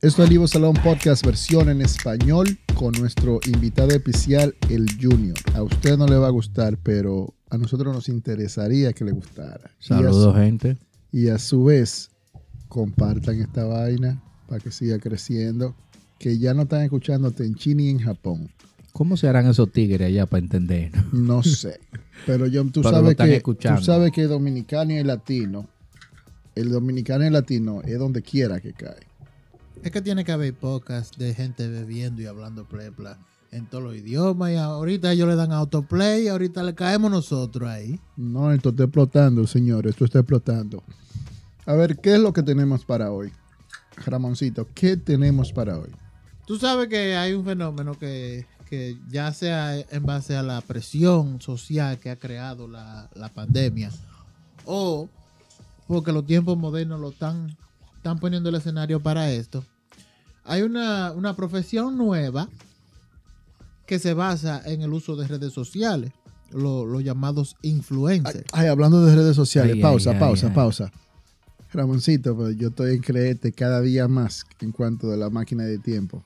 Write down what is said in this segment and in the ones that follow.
Esto es Livo Salón Podcast versión en español con nuestro invitado especial, el Junior. A usted no le va a gustar, pero a nosotros nos interesaría que le gustara. Y a su- Saludos, gente. y a su vez, compartan esta vaina para que siga creciendo. Que ya no están escuchándote en China y en Japón. ¿Cómo se harán esos tigres allá para entender? No sé. Pero yo, tú, Pero lo sabes están que, escuchando. tú sabes que dominicano y latino, el dominicano y el latino es donde quiera que cae. Es que tiene que haber podcast de gente bebiendo y hablando plepla en todos los idiomas. Y ahorita ellos le dan autoplay, ahorita le caemos nosotros ahí. No, esto está explotando, señor. Esto está explotando. A ver, ¿qué es lo que tenemos para hoy? Ramoncito, ¿qué tenemos para hoy? Tú sabes que hay un fenómeno que, que ya sea en base a la presión social que ha creado la, la pandemia o porque los tiempos modernos lo están, están poniendo el escenario para esto. Hay una, una profesión nueva que se basa en el uso de redes sociales, lo- los llamados influencers. Ay, hablando de redes sociales, Ay, pausa, ay, ay, pausa, ay. pausa. Ramoncito, pues, yo estoy en creerte cada día más en cuanto de la máquina de tiempo.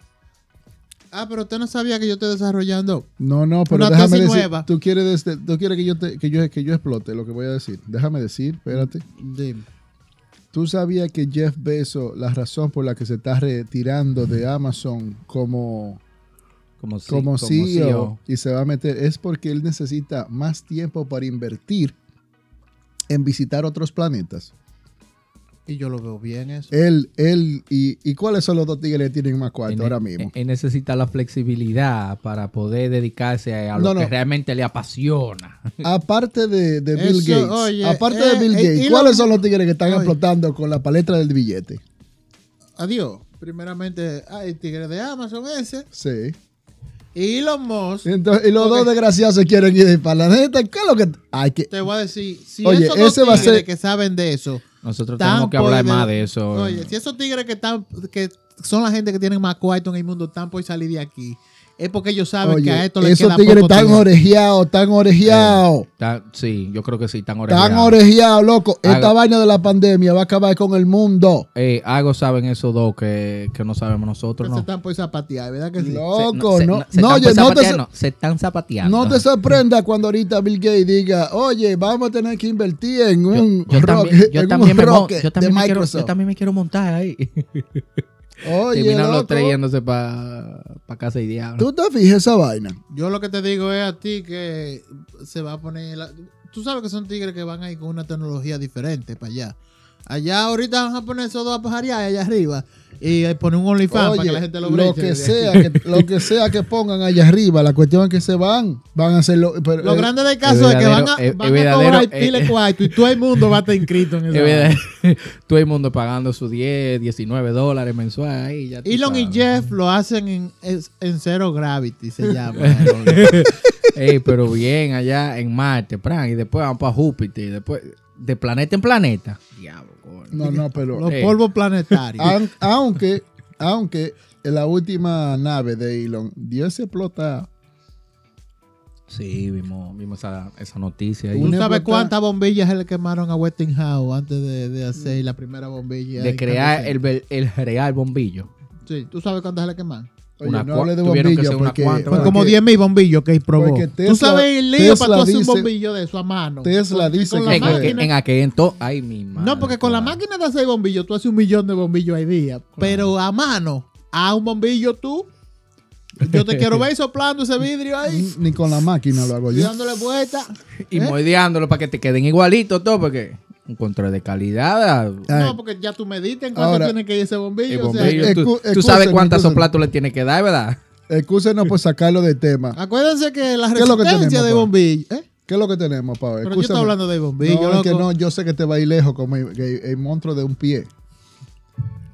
Ah, pero usted no sabía que yo estoy desarrollando. No, no, pero Una déjame tesis decir. nueva. Tú quieres, desde- tú quieres que, yo te- que, yo, que yo explote lo que voy a decir. Déjame decir, espérate. Dime. ¿Tú sabías que Jeff Bezos, la razón por la que se está retirando de Amazon como Como, E si- como, CEO, CEO. y se va a meter es porque él necesita más tiempo para invertir en visitar otros planetas. Y yo lo veo bien eso. Él, él y, y cuáles son los dos tigres que tienen más Él cuarto ne- ahora mismo. Él e- necesita la flexibilidad para poder dedicarse a lo No, que no. realmente le apasiona. Aparte de, de Bill Eso, Gates, oye, aparte eh, de Bill eh, Gates, Elon- ¿cuáles son los tigres que están Oye. explotando con la paleta del billete? Adiós. Primeramente, ah, el tigre de Amazon ese. Sí. Y Elon Musk, Entonces, y los Ok. dos desgraciados se quieren ir del planeta. ¿Qué es lo que hay que? te voy a decir, si Oye, esos dos ese va a tigres ser- que saben de eso, Nosotros tan tenemos que hablar por más de- de eso. eh. Oye, si esos tigres que están, que son la gente que tienen más cuarto en el mundo, están por salir de aquí, es porque ellos saben Oye, que a esto les esos queda tigres poco tan tiempo. orejeados, tan orejeados. Tan- sí, yo creo que sí, tan Tan orejeado. orejeado, loco. Esta Haga- vaina de la pandemia va a acabar con el mundo. Eh, algo saben esos dos que, que no sabemos Que nosotros, se ¿no? están por zapatear, ¿verdad que sí? Se- Loco, se- no. se No, están oye, no te- zapateando, se están zapateando. No te sorprenda cuando ahorita Bill Gates diga, oye, vamos a tener que invertir en un yo, rock, también, yo en también un me, mon- rocket yo de también me quiero, Microsoft. yo también me quiero montar ahí. Oye, Terminan los loco, tres yéndose para casa y diablo. tú te fijas esa vaina. Yo lo que te digo es a ti que se va a poner. la- Tú sabes que son tigres que van ahí con una tecnología diferente para allá. Allá ahorita van a poner esos dos a pajarear allá arriba y eh, poner un OnlyFans para que la Oye, gente lo breche. lo que desde sea, aquí. que, lo que sea que pongan allá arriba, la cuestión es que se van, van a hacerlo. pero, Lo eh, grande del caso es, que van a, verdadero, es- van es a verdadero, cobrar eh, pile eh. cuarto y todo el mundo va a estar inscrito en Es eso. verdad. Todo el mundo pagando sus 10, 19 dólares mensuales. Ahí, ya tú Elon y Ah. sabes. Jeff lo hacen en, es- en Zero Gravity, se llama. eh, Elon. Ey, pero bien allá en Marte, pran, y después van para Júpiter, y después de planeta en planeta. Diablo, coño. No, no, pero. Ah, Los Eh. polvos planetarios. Aun- aunque, aunque la última nave de Elon dio ese explota. Sí, vimos, vimos esa, esa noticia ¿Tú ahí. Una sabes bota- cuántas bombillas le quemaron a Westinghouse antes de, de hacer la primera bombilla? De crear el, ver- el real bombillo. eh. Sí, ¿tú sabes cuántas le quemaron? Oye, Una no cua- hable de tuvieron que bombillo ser una porque, cuanta, Fue Porque- como 10.000 bombillos que él probó. porque Tesla- ¿Tú sabes el lío para tú Tesla hacer un dice- bombillo de eso a mano? Tesla Porque dice con que la En, fue- aquel, máquina- en aquel entonces. Ay, mi madre, No, porque con la claro. máquina de hacer bombillos tú haces un millón de bombillos al día. Pero a mano, a un bombillo tú, yo te quiero ver soplando ese vidrio ahí Ni con la máquina lo hago y yo. dándole vuelta. Y ¿Eh? moldeándolo para que te queden igualitos todo, porque un control de calidad. ah, Ay. No, porque ya tú meditas en cuánto Ahora, tiene que ir ese el bombillo. o sea, bombillo, tú, escu- tú sabes escúchame, cuántas escúchame. soplas tú le tienes que dar, ¿verdad? Excúsenos por sacarlo de tema. acuérdense que la ¿Qué es lo que resistencia tenemos, pues? de pa? bombillo. ¿eh? ¿Qué es lo que tenemos, Pablo? Pero yo estoy hablando de bombillo. No, es loco. que no, yo sé que te va a ir lejos como el, el- el monstruo de un pie.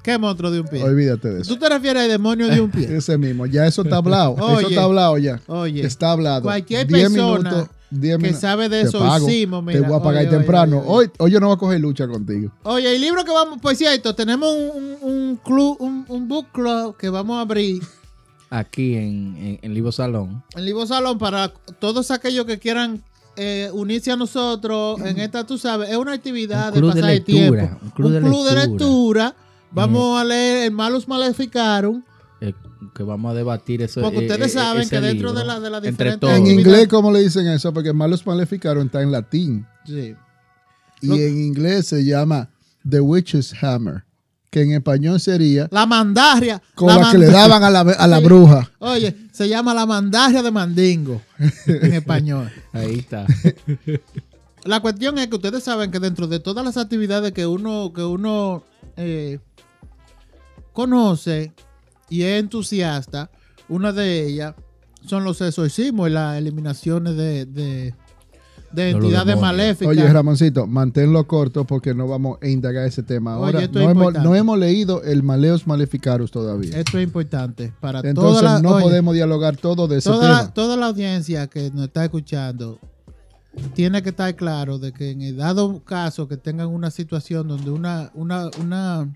¿Qué monstruo de un pie? Olvídate de eso. ¿Tú te refieres al demonio de un pie? Ese mismo, ya eso está hablado. Oye. eso está hablado ya. Oye, Está hablado. cualquier 10 persona minutos, 10 que minutos. sabe de Te eso, pago, hicimos, mira. Te voy a pagar Oye, oye, temprano. oye, oye. Hoy, hoy yo no voy a coger lucha contigo. Oye, el libro que vamos, por cierto, tenemos un, un- un club, un, un book club que vamos a abrir Aquí en, en, en Libo Salón. en Libo Salón para todos aquellos que quieran eh, unirse a nosotros en esta, tú sabes, es una actividad Un club de de pasar el lectura, tiempo. un club de lectura. lectura Vamos a leer El Malus Maleficarum. Eh, que vamos a debatir eso. Porque eh, ustedes eh, saben ese que dentro libro, de la- de la entre diferente- todos. En Mira. inglés, ¿cómo le dicen eso? Porque Malos Maleficaron está en latín. Sí. Y Lo- en inglés se llama The Witch's Hammer. Que en español sería La mandarria. con la la, que le manda- daban a la, a la Sí. bruja. Oye, se llama la mandarria de mandingo en español. Ahí está. La cuestión es que ustedes saben que dentro de todas las actividades que uno, que uno eh, conoce y es entusiasta, una de ellas son los exorcismos y las eliminaciones de, de- de De los entidades demonios. maléficas. Oye, Ramoncito, manténlo corto porque no vamos a indagar ese tema Oye, ahora. esto no, es hemos, importante. no hemos leído el Maleus Maleficarus todavía. Esto es importante para toda Entonces la, no oye, podemos dialogar todo de ese toda, la, tema. toda la audiencia que nos está escuchando tiene que estar claro de que en el dado caso que tengan una situación donde una, una, una,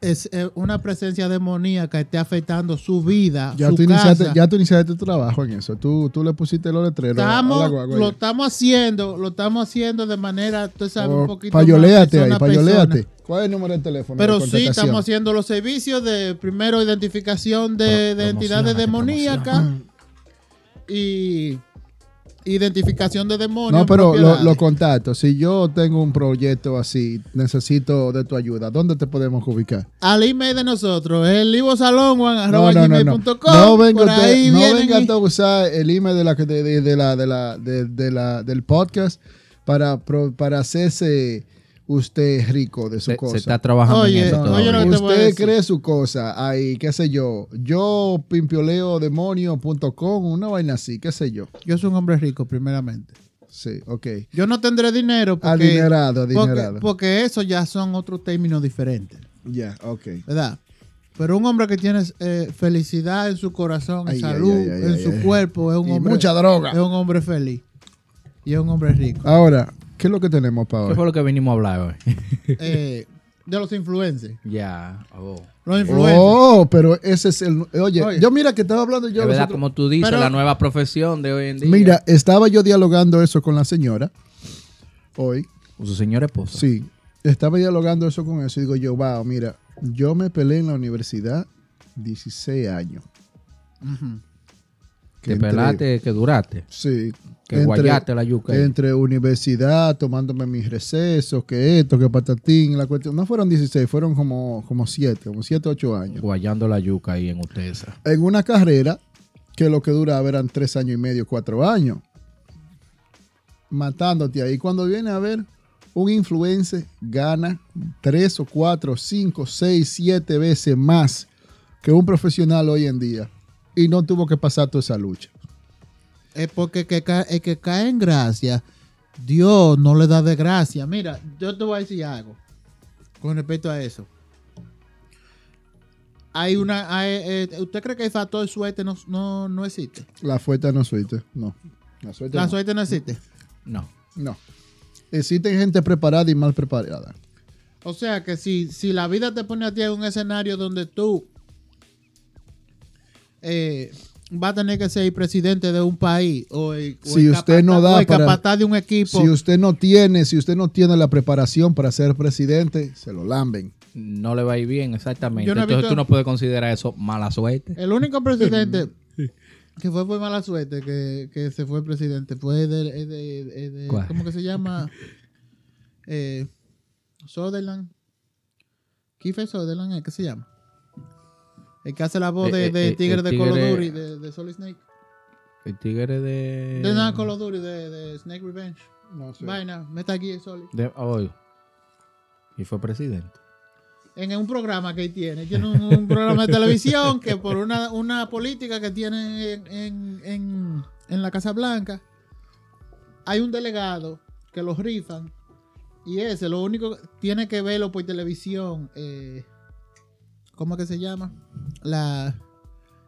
es, eh, una presencia demoníaca esté afectando su vida, Ya su tú, iniciaste, casa, ya tú iniciaste tu trabajo en eso. Tú, tú le pusiste los letreros. a- a la estamos, guagua lo ya. estamos haciendo, lo estamos haciendo de manera, tú sabes, O un poquito más payoléate persona Oh, ahí, a persona. payoléate. ¿Cuál es el número del teléfono? Pero de sí, contratación? estamos haciendo los servicios de primero identificación de, Pro- de entidades promocionate, demoníacas y identificación de demonios. No, pero lo- los propiedades. contactos. Si yo tengo un proyecto así, necesito de tu ayuda. ¿Dónde te podemos ubicar? al email de nosotros, el libro salón, Juan, No, arroba no, no, no. gmail punto com. No venga Por ahí usted- no vienen venga y- usted a usar el email de la, de, de- de la, de la, de- de la- del podcast para, pro- para hacerse usted rico de su se, cosa. se está trabajando Oye, en eso no, todavía. yo no te voy a Usted decir. cree su cosa, ahí, qué sé yo, yo pimpioleodemonio.com, una vaina así, qué sé yo. Yo soy un hombre rico, primeramente. Sí, ok. Yo no tendré dinero porque, Adinerado, adinerado. porque, porque eso ya son otros términos diferentes, Ya, ok. ¿verdad? Pero un hombre que tiene eh, felicidad en su corazón, en Ay, ay, salud, ay, ay, en ay, su ay. cuerpo, es un Y hombre. mucha Es droga. un hombre feliz. Y es un hombre rico. Ahora, ¿qué es lo que tenemos para ¿Qué hoy? fue lo que vinimos a hablar hoy? Eh, de los influencers. ya. oh. Los influencers. Oh, pero ese es el. Oye, Oye. yo mira que estaba hablando yo. Es verdad, los otros- como tú dices, Pero- la nueva profesión de hoy en día. mira, estaba yo dialogando eso con la señora hoy. Con su señora esposa. Sí, estaba dialogando eso con eso. Y digo yo, wow, mira, yo me peleé en la universidad 16 años. Ujú. que Que entre- pelaste, que duraste. Sí. Que guayaste la yuca. ahí. Entre universidad, tomándome mis recesos, que esto, que patatín, la cuestión. No fueron 16, fueron como, como 7, como 7, 8 años. Guayando la yuca ahí en Utesa. En una carrera que lo que duraba eran 3 años y medio, 4 años. Matándote ahí. Cuando viene a ver, un influencer gana 3 o 4, 5, 6, 7 veces más que un profesional hoy en día. Y no tuvo que pasar toda esa lucha. Es porque que ca- el que cae en gracia, Dios no le da de gracia. Mira, yo te voy a decir algo con respecto a eso. Hay una. hay, eh, ¿Usted cree que el factor suerte no, no, no existe? La fuerza no suerte, no. La suerte La no. suerte no existe. No. No. Existen gente preparada y mal preparada. O sea que si, si la vida te pone a ti en un escenario donde tú eh, vas a tener que ser el presidente de un país o el, o Si el usted no capataz- da o el para- capataz de un equipo, Si usted no tiene, si usted no tiene la preparación para ser presidente, se lo lamben. No le va a ir bien, exactamente. Yo no he Entonces visto- tú no puedes considerar eso mala suerte. el único presidente que fue por mala suerte que, que se fue presidente fue de, de- de- de- ¿Cuál? ¿cómo que se llama? Eh, Sutherland. Kiefer Sutherland, ¿eh? ¿qué se llama? El que hace la voz Eh, de, eh, de eh, Tigre el de tigre- Colo Duri, de, de Solid Snake. El tigre de. De nada Call of Duty, de, de Snake Revenge. Vaina, Metal Gear Solid. De hoy. Y fue presidente. En un programa que tiene. Tiene un, un programa de televisión que por una, una política que tiene en, en- en- en la Casa Blanca, hay un delegado que los rifan. Y ese, lo único que tiene que verlo por televisión. eh, ¿Cómo que se llama? La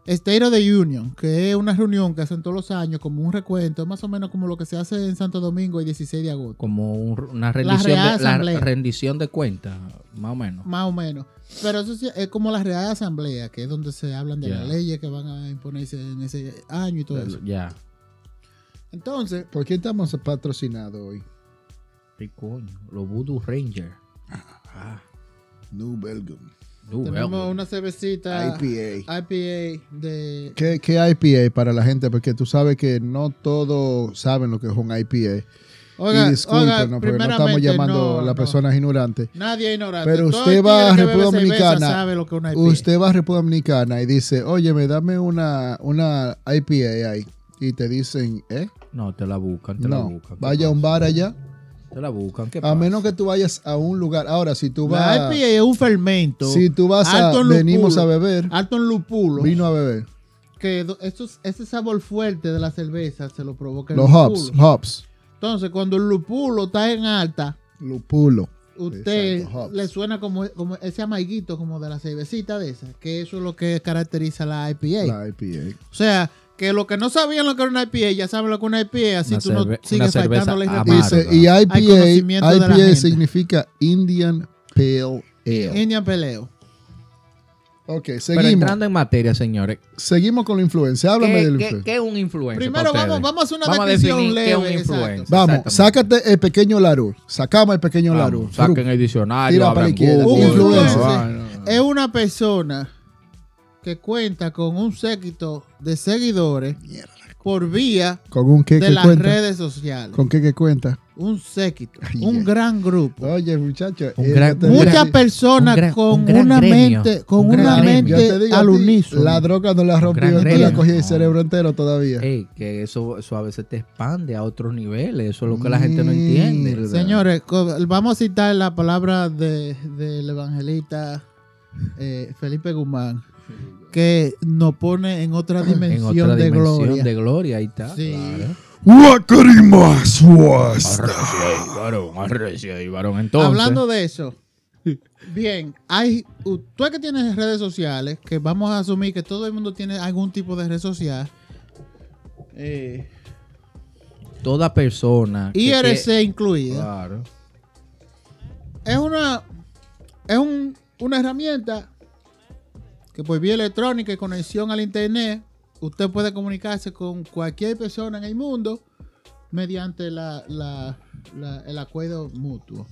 State of the Union, que es una reunión que hacen todos los años, como un recuento, más o menos como lo que se hace en Santo Domingo el 16 de agosto. Como un- una Real rendición, de, la Asamblea. rendición de cuentas, más o menos. Más o menos. Pero eso sí, es como la Real Asamblea, que es donde se hablan de Ya. las leyes que van a imponerse en ese año y todo eso. Ya. Entonces, ¿Por qué estamos patrocinados hoy? ¿Qué coño? Los Voodoo Rangers. Ah. New Belgium. Uh, Tenemos veo. una cervecita IPA. IPA de Ah. ¿Qué, qué IPA para la gente? Porque tú sabes que no todos saben lo que es un IPA. Oiga, y discúlpenos, porque oiga, no estamos primeramente, llamando no, a las no. personas ignorantes. Nadie es ignorante. Pero Todo usted el va a tigre que bebe República cerveza Dominicana, sabe lo que es una IPA. Usted va a República Dominicana y dice, oye, me dame una, una IPA ahí. Y te dicen, ¿eh? No, te la buscan, te la No, buscan. ¿Qué vaya a un bar allá. pasa? Te la buscan, ¿qué A pasa? menos que tú vayas a un lugar. Ahora, si tú vas, La IPA es un fermento. si tú vas a, alto en lúpulo, venimos a beber, Alto en lúpulo. vino a beber. Que do- estos- ese sabor fuerte de la cerveza se lo provoca el Los lúpulo. hops, hops, Entonces, cuando el lúpulo está en alta, lupulo. usted Exacto, hops. le suena como, como ese amaguito como de la cervecita de esa. Que eso es lo que caracteriza la IPA. La IPA. O sea, que los que no sabían lo que era una IPA ya saben lo que es una IPA, así Una tú no cerve- una sigues cerveza faltándole el amarga. respeto. Dice, y Hay conocimiento IPA, de la IPA gente. significa Indian Pale Ale. Indian Peleo. Ok, Pero seguimos. entrando en materia, señores. Seguimos con la influencia. ¿Qué, Háblame del qué, influencer. qué es un influencer? Primero para vamos, ustedes? vamos a hacer una Vamos a definición definir qué es leve. un exacto. influencer. Vamos, Exactamente. sácate el pequeño Larú. Sacamos el pequeño Vamos, Larú. Saquen el diccionario. Tira abran para la izquierda. Google, Un influencer. ah, no, no. Es una persona que cuenta con un séquito de seguidores Mierda. por vía ¿Con un qué de que las cuenta? redes sociales. ¿Con qué que cuenta? Un séquito, Ay, un ay. gran grupo. Oye, muchacho. Un eh, gran- yo te digo- Muchas gran- personas un gran- con un gran una gremio, mente, con un gran una Yo gremio. te mente digo a al ti, unísono. La droga no la rompió, gran Eh. tú la gremio. cogí el No. cerebro entero todavía. Ey, que eso, eso a veces te expande a otros niveles. Eso es lo que la gente no entiende. Mm, Mierda. Señores, co- vamos a citar la palabra de- del evangelista eh, Felipe Guzmán, que nos pone en otra En dimensión, otra de dimensión gloria. de gloria, ahí está. Sí. Claro. Arrecio ahí, varón, arrecio ahí, varón. Entonces, Hablando de eso, bien, hay, u- tú es que tienes redes sociales, que vamos a asumir que todo el mundo tiene algún tipo de red social. eh, toda persona. que- IRC que- incluida. claro. es una es un- una herramienta que por vía electrónica y conexión al internet usted puede comunicarse con cualquier persona en el mundo mediante la- la- la- el acuerdo mutuo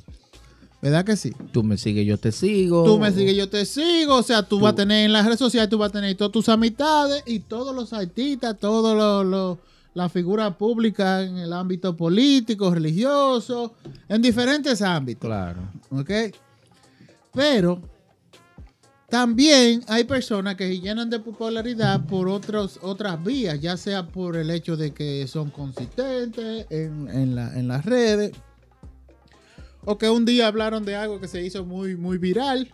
¿verdad que sí? Tú me sigues, yo te sigo. tú me sigues yo te sigo o sea tú, vas a tener en las redes sociales tú vas a tener todas tus amistades y todos los artistas todos los, los- las figuras públicas en el ámbito político religioso en diferentes ámbitos Claro. ¿Ok? Pero también hay personas que se llenan de popularidad por otros, otras vías, ya sea por el hecho de que son consistentes en, en la- en las redes, o que un día hablaron de algo que se hizo muy, muy viral.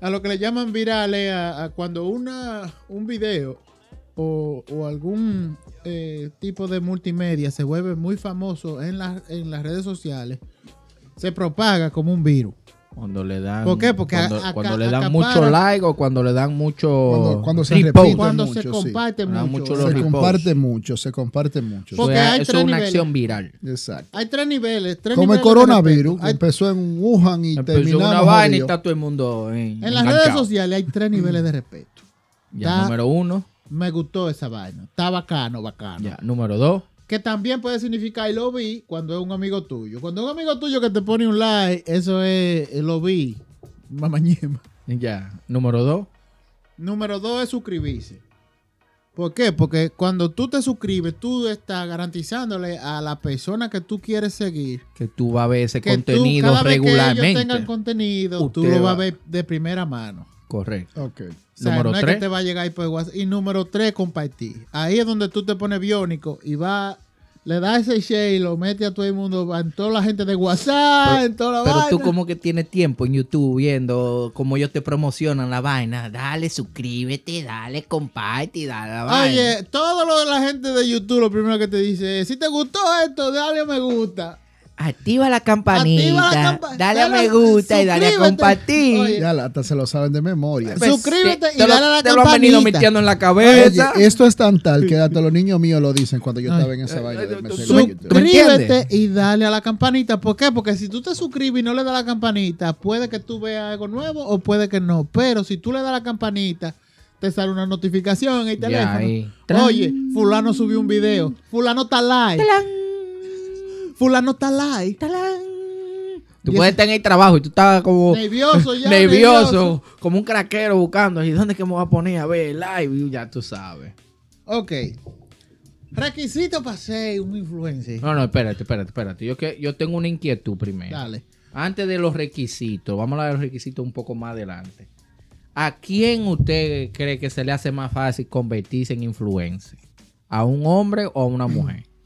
A lo que le llaman viral es a, a cuando una, un video o, o algún eh, tipo de multimedia se vuelve muy famoso en, las- en las redes sociales, se propaga como un virus. Cuando le dan. ¿Por qué? Porque cuando, aca- cuando le dan acapara- mucho like o cuando le dan mucho. Cuando- cuando se repost. repite. Cuando mucho, se sí. comparte Ah, mucho. mucho lo- se reposts. comparte mucho, se comparte mucho. Eso Porque es- hay eso tres es una niveles. acción viral. Exacto. Hay tres niveles. Tres Como el niveles de coronavirus, respeto. Hay- empezó en Wuhan y Empezó terminamos una vaina y jodido. está todo el mundo en, en las redes sociales hay Mm. tres niveles de respeto. Ya, Está- número uno. Me gustó esa vaina. Está bacano, bacano. Ya, número dos. Que también puede significar lo vi cuando es un amigo tuyo. Cuando es un amigo tuyo que te pone un like, eso es eh, lo vi. Mamañema. Ya, número dos. Número dos es suscribirse. ¿Por qué? Porque cuando tú te suscribes, tú estás garantizándole a la persona que tú quieres seguir Que tú vas a ver ese que tú, contenido cada vez que ellos regularmente. tengan contenido, tú Usted lo vas a va- ver de primera mano. Correcto. Ok. O sea, Número no es tres. que te va a llegar ahí por WhatsApp. Y número tres, compartir. Ahí es donde tú te pones biónico y va, le das ese share y lo metes a todo el mundo, va en toda la gente de WhatsApp, en toda la Pero tú vaina. como que tienes tiempo en YouTube viendo cómo ellos te promocionan la vaina. Dale, suscríbete, dale, comparte, dale la vaina. Oye, todo lo de la gente de YouTube lo primero que te dice es, si te gustó esto, dale a me gusta. Activa la campanita, Activa la campa- dale a dale- me gusta y dale a suscríbete. compartir. Oye, Ya la- hasta se lo saben de memoria. Pues, suscríbete y lo- dale a la Te lo han venido campanita. metiendo en la Oye, cabeza. esto es tan tal que hasta los niños míos lo dicen cuando yo estaba en esa vaina. de meterlo en YouTube. ¿Me Suscríbete entiendes? y dale a la campanita. ¿Por qué? Porque si tú te suscribes y no le das a la campanita, puede que tú veas algo nuevo o puede que no. Pero si tú le das a la campanita, te sale una notificación en el Ya, teléfono. ahí. Oye, fulano subió un video. Fulano está live. Fulano está live. Tú Y puedes ese- estar en el trabajo y tú estás como Nervioso ya, nervioso, nervioso. como un craquero buscando. ¿Y dónde es que me voy a poner a ver el live? Y Ya tú sabes. Ok. Requisito para ser un influencer. No, no, espérate, espérate, espérate. Yo, que, yo tengo una inquietud primero. Dale. Antes de los requisitos, vamos a hablar de los requisitos un poco más adelante. ¿A quién usted cree que se le hace más fácil convertirse en influencer? ¿A un hombre o a una mujer? Mm.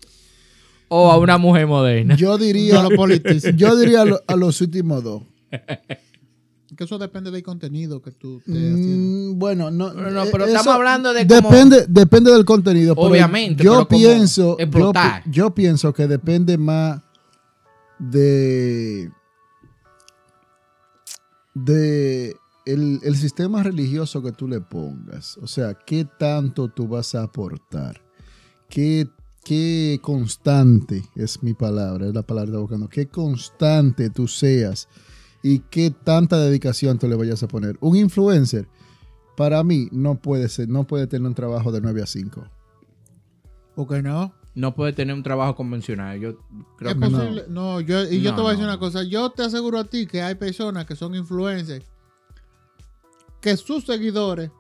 ¿O a una mujer moderna? Yo No diría, lo politices. yo diría a, lo- a los últimos dos. Que eso depende del contenido que tú estés haciendo. Mm, bueno, no, No, no, eh, pero estamos eso hablando de cómo- depende, depende del contenido. pero Obviamente, yo pero cómo pienso, yo explotar. pi- Yo, pienso que depende más de de el, el sistema religioso que tú le pongas. O sea, qué tanto tú vas a aportar, qué qué constante es mi palabra, es la palabra que estaba buscando, qué constante tú seas y qué tanta dedicación tú le vayas a poner. Un influencer, para mí, no puede ser, no puede tener un trabajo de 9 a 5. ¿Por qué no? No puede tener un trabajo convencional. Yo creo es que no. posible. No, yo, y yo No, te voy a decir no. una cosa. Yo te aseguro a ti que hay personas que son influencers que sus seguidores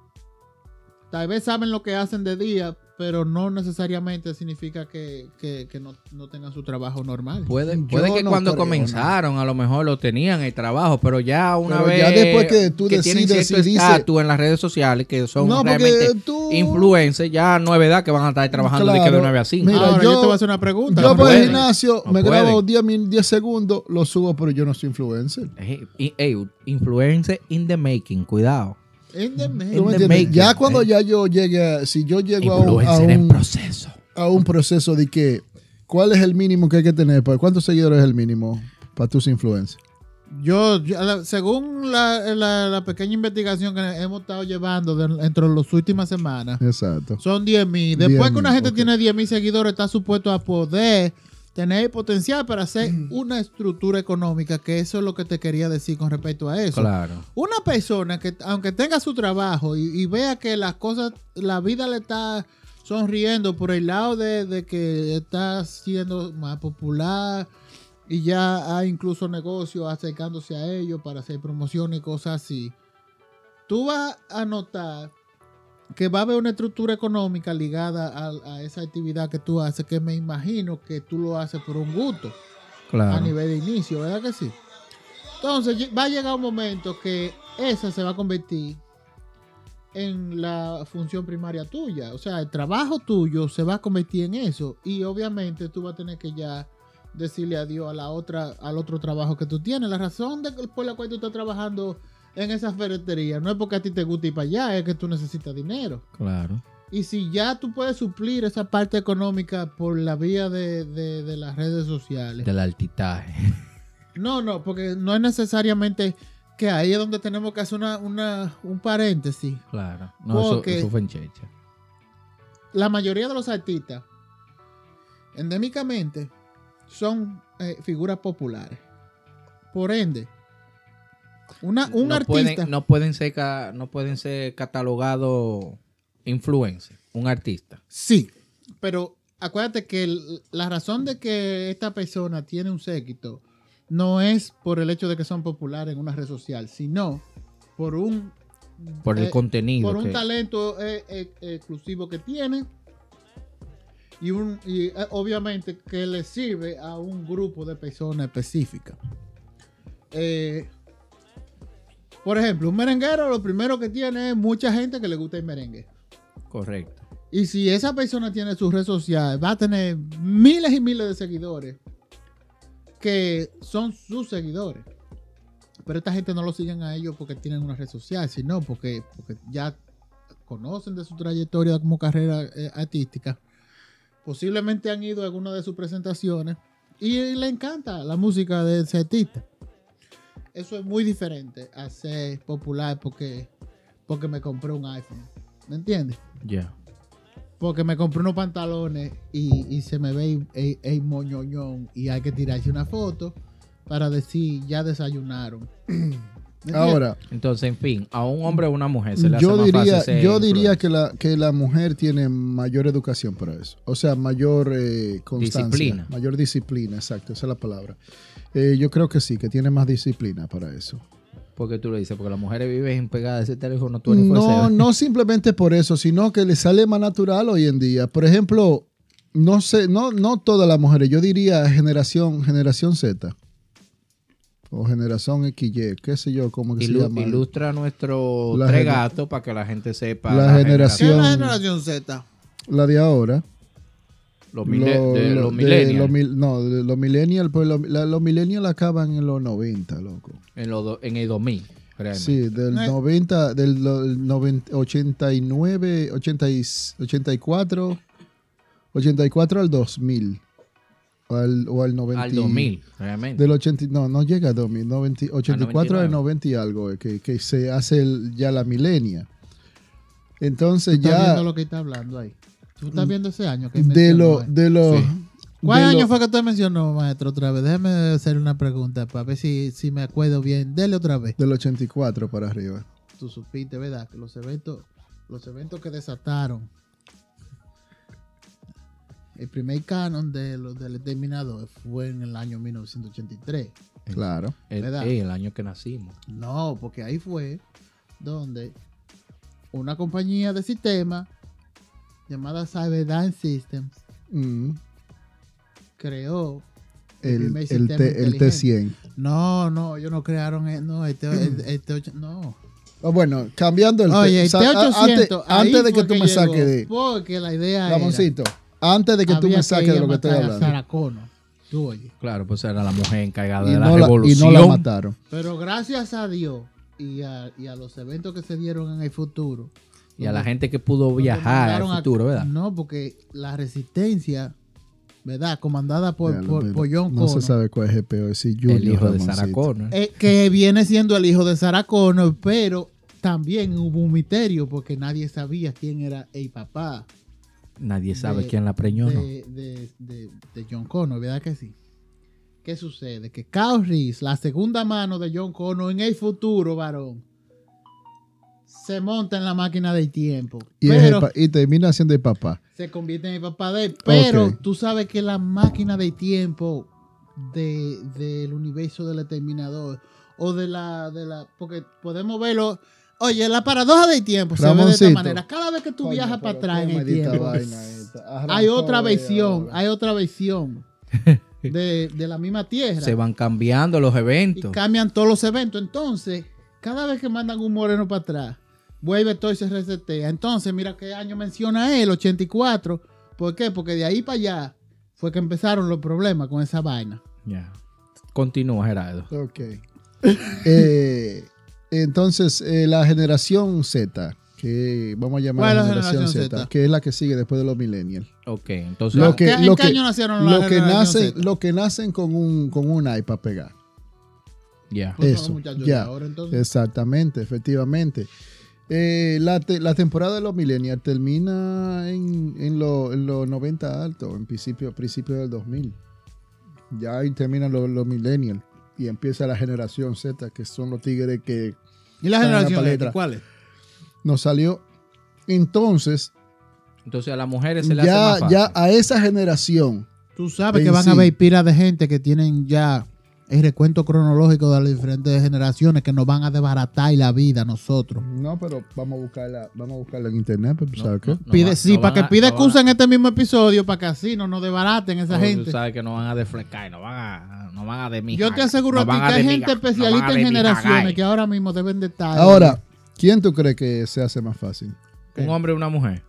tal vez saben lo que hacen de día, pero no necesariamente significa que, que- que no, no tengan su trabajo normal. Puede, Yo puede que no cuando creo, comenzaron a lo mejor lo tenían el trabajo, pero ya una Pero vez ya después que tú tienen decides cierto y dices- estatus en las redes sociales que son No, porque realmente tú- influencers, ya no es verdad que van a estar trabajando de que de Claro. 9 a Ah. 5. mira, Ahora yo, yo- te voy a hacer una pregunta. Yo no voy al pueden, gimnasio, no me grabo pueden. 10, min- 10 segundos, lo subo, pero yo no soy influencer. Ey, ey, ey, influencer in the making, cuidado. In the making. ¿Tú me the entiendes? making, Ya cuando eh. ya yo llegue, a- si yo llego a un, a Influencer en un- proceso. a un proceso de que, ¿cuál es el mínimo que hay que tener? ¿Para ¿Cuántos seguidores es el mínimo para tus influencers? Yo, yo- la- según la, la- la pequeña investigación que hemos estado llevando de- entre las últimas semanas, Exacto. son 10 mil. Después 10.000, que una gente ok. tiene 10 mil seguidores, está supuesto a poder tener el potencial para hacer una estructura económica, que eso es lo que te quería decir con respecto a eso. Claro. Una persona que, aunque tenga su trabajo y, y vea que las cosas, la vida le está sonriendo por el lado de, de que está siendo más popular y ya hay incluso negocios acercándose a ellos para hacer promociones y cosas así, tú vas a notar que va a haber una estructura económica ligada a, a esa actividad que tú haces, que me imagino que tú lo haces por un gusto a Claro. nivel de inicio, ¿verdad que sí? Entonces lle- va a llegar un momento que esa se va a convertir en la función primaria tuya, o sea, el trabajo tuyo se va a convertir en eso y obviamente tú vas a tener que ya decirle adiós a la otra al otro trabajo que tú tienes. La razón de, por la cual tú estás trabajando en esa ferretería no es porque a ti te guste ir para allá, es que tú necesitas dinero. Claro. Y si ya tú puedes suplir esa parte económica por la vía de, de- de las redes sociales, Del altitaje. no, no, porque no es necesariamente que ahí es donde tenemos que hacer una, una- un paréntesis. Claro. No, eso, Porque- eso fue en Checha. La mayoría de los artistas, endémicamente, son eh, figuras populares. Por ende, una, un no artista. Pueden, no, pueden ser, ca- no pueden ser catalogados influencer, un artista. Sí, pero acuérdate que el- la razón de que esta persona tiene un séquito no es por el hecho de que son populares en una red social, sino por un Por el eh, contenido. por un que- talento eh, eh, exclusivo que tiene y, un, y, eh, obviamente que le sirve a un grupo de personas específica. Eh, por ejemplo, un merenguero lo primero que tiene es mucha gente que le gusta el merengue. Correcto. Y si esa persona tiene sus redes sociales, va a tener miles y miles de seguidores que son sus seguidores. Pero esta gente no lo siguen a ellos porque tienen una red social, sino porque, porque ya conocen de su trayectoria como carrera eh, artística. Posiblemente han ido a alguna de sus presentaciones y le encanta la música de ese artista. Eso es muy diferente a ser popular porque, porque me compré un iPhone. ¿Me entiendes? Ya. Porque me compré unos pantalones y, y se me ve eh, el, el moñoñón y hay que tirarse una foto para decir ya desayunaron. Ahora, Entonces, en fin, a un hombre o una mujer se le hace yo más diría, fácil ser yo diría influencer. que la, que la mujer tiene mayor educación para eso. O sea, mayor eh, constancia. Disciplina. Mayor disciplina, exacto, esa es la palabra. Eh, yo creo que sí, que tiene más disciplina para eso. Porque tú le dices, porque las mujeres viven pegadas a ese teléfono No, 24/7. no simplemente por eso, sino que le sale más natural hoy en día. Por ejemplo, no sé, no, no todas las mujeres, yo diría generación, generación Z. O generación XY, qué sé yo, cómo que se Ilu- llama. ilustra nuestro La tres gener- gatos para que la gente sepa. La ¿Qué es generación- la generación Z? La de ahora. Los, mile- Lo- de lo- los de millennials. los mil- no, de los millennials, pues lo- la- los millennials acaban en los 90, loco. en, los do- en el 2000, realmente. Sí, del No es- 90, del lo- el 90, 89, 80 y- 84, 84 al 2000. O al, o al 90. al 2000, realmente. Del 80, no, no llega a 2000, 90, 84 al 90 y algo, eh, que, que se hace el- ya la milenia. Entonces ¿Estás viendo ya, Mm. lo que está hablando ahí? ¿Tú estás viendo ese año que de mencionó lo... ahí? De lo Sí. ¿Cuál de año lo- fue que usted mencionó, maestro, otra vez? Déjeme hacer una pregunta para ver si, si me acuerdo bien. Dele otra vez. Del 84 para arriba. Tú supiste, ¿verdad? Que los eventos, los eventos que desataron el primer canon de los del Exterminador fue en el año 1983. Claro. el, ¿verdad? eh, el año que nacimos. No, porque ahí fue donde una compañía de sistema llamada Cyberdyne Systems Mm. creó El, primer el, sistema T- el inteligente. T100. No, no, ellos no crearon. el- No, este, el- este ocho- no. Ah, Bueno, cambiando el Oye, o este sea, a- 800. Antes, antes de ahí que fue tú me llegó, saques de. Porque la idea era. Ramoncito, antes de que tú había me saques de ir a lo que estoy matar a hablando. Sarah Connor. Tú oye. Claro, pues era la mujer encargada Y de la no, la, y revolución. no la mataron. Pero gracias a Dios y a, y a los eventos que se dieron en el futuro. y a la donde- gente que pudo donde viajar mandaron al a- futuro, ¿verdad? No, porque la resistencia, ¿verdad? Comandada por, Ya, por, pero por John no se Connor. sabe cuál es el peor. Si Junior, el hijo de Ramoncito. Sarah Connor. eh, que viene siendo el hijo de Sarah Connor, pero también hubo un misterio porque nadie sabía quién era el papá. Nadie sabe de- quién la preñó, ¿no? de, de- de- de John Connor, ¿verdad que sí? ¿Qué sucede? Que Kyle Reese, la segunda mano de John Connor en el futuro, varón, se monta en la máquina del tiempo. Y, es el pero pa- y termina siendo el papá. se convierte en el papá de él. Pero Ok. tú sabes que la máquina del tiempo de- del universo del exterminador o de la, de la. Porque podemos verlo. Oye, la paradoja del tiempo se ve de Ramoncito. esta manera. Cada vez que tú Coño, viajas pero para atrás en qué el maldita tiempo, vaina esta. Arrancó hay otra ahí versión, ahora. hay otra versión de, de la misma tierra. Se van cambiando los y eventos. cambian todos los eventos. Entonces, cada vez que mandan un moreno para atrás, vuelve todo y se resetea. Entonces, mira qué año menciona él, 84. ¿Por qué? Porque de ahí para allá fue que empezaron los problemas con esa vaina. Ya. Continúa, Gerardo. Ok. Eh, entonces, eh, la generación Z, que vamos a llamar ¿Cuál es la la generación generación Z, Z? que es la que sigue después de los millennials. Ok, entonces. Lo que, ¿En lo qué que- año nacieron la lo que generación nacen, Z? lo que nacen con un, con un iPad pegado. Ya. Pues son Eso, los muchachos ya. de ahora, entonces. Exactamente, efectivamente. Eh, la, te- la temporada de los millennials termina en, en lo- en los 90 altos, en principio, principio del 2000. Ya ahí terminan los, los millennials y empieza la generación Z, que son los tigres que ¿Y la está en la generación Z? palestra. ¿Cuál es? nos salió. Entonces, Entonces a las mujeres se le ya, hace más fácil. ya a esa generación, Tú sabes En que van a sí. haber pilas de gente que tienen ya el recuento cronológico de las diferentes generaciones que nos van a desbaratar la vida a nosotros. no, pero vamos a buscarla, vamos a buscarla en internet, pero No, ¿sabes qué? no, no Pide, va- sí, no para van que a- pida no excusa van en este mismo episodio, para que así no nos desbaraten a- esa no, gente. Tú sabes que no van a deflecar, no van a, no van a demijar, Yo te aseguro no a van ti que hay demiga- no gente van a especialista en demijagar. generaciones que ahora mismo deben de estar. Ahora, ¿quién tú crees que se hace más fácil? Un hombre y una mujer.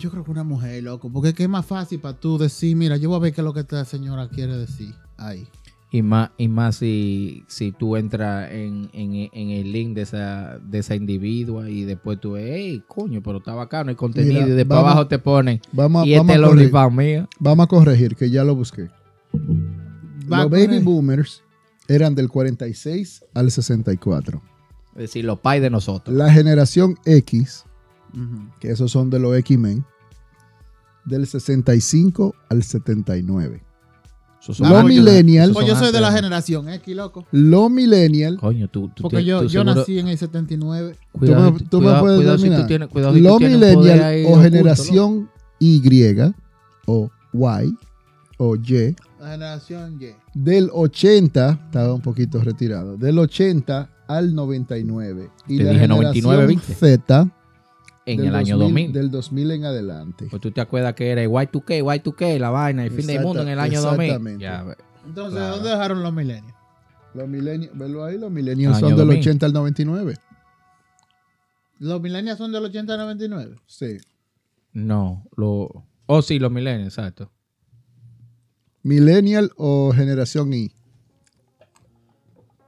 Yo creo que una mujer, loco, porque es que es más fácil para tú decir, mira, yo voy a ver qué es lo que esta señora quiere decir. Ahí. Y más, y más si, si tú entras en, en- en el link de esa, de esa individua y después tú ves, hey, coño, pero está bacano el contenido. Mira, y después vamos- abajo te ponen, Vamos, a- y este vamos es a el corregir. OnlyFans mío. Vamos a corregir, que ya lo busqué. Va los con baby el- boomers eran del 46 al 64. Es decir, los pais de nosotros. La generación X, Ujú. que esos son de los X-Men, del 65 al 79. Esos son Los antes. millennials, Esos Pues yo son soy de la antes. generación X, loco. los millennials, Coño, tú, tú Porque tienes- yo, tú yo seguro- nací en el 79. Cuidado, tú me- y- tú me cuidado- puedes cuidado si tú dominar. tienes- cuidado si tú los tienes un poder ahí millennials o oculto, ¿no? generación Y o Y o Y La generación Y. del 80, estaba un poquito retirado, del 80 al 99. Y Te la dije generación 99, ¿viste? Z en del el año 2000. Del 2000 en adelante. Pues tú te acuerdas que era el Y2K, Y2K, la vaina, el fin del Exacta- mundo en el año 2000. exactamente. Ya, Entonces, Claro. ¿dónde dejaron los milenios? Los millennials, velo ahí, los millennials Año son del 2000. 80 al 99. Los milenios son del 80 al 99. Sí. no, lo... Oh, sí, los millennials, exacto. Millennial o generación Y.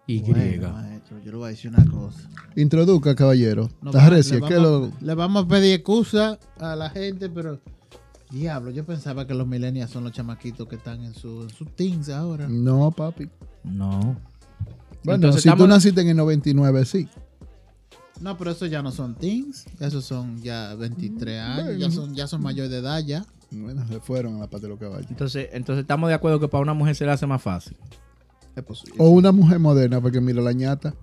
Y. Bueno, maestro, yo le voy a decir una cosa. Introduzca, caballero. No, Estás va- recia, le ¿qué vamos- lo...? Le vamos a pedir excusa a la gente, pero. Diablo, yo pensaba que los millennials son los chamaquitos que están en su- en sus teens ahora. No, papi. No. Bueno, Entonces, si tú estamos- naciste en el 99, sí. No, pero esos ya no son teens. Esos son ya 23 años. Ya son, ya son mayor de edad ya. Bueno, se fueron a la pata de los caballos. Entonces, entonces estamos de acuerdo que para una mujer se le hace más fácil. Es posible. O una mujer moderna, porque mira la ñata.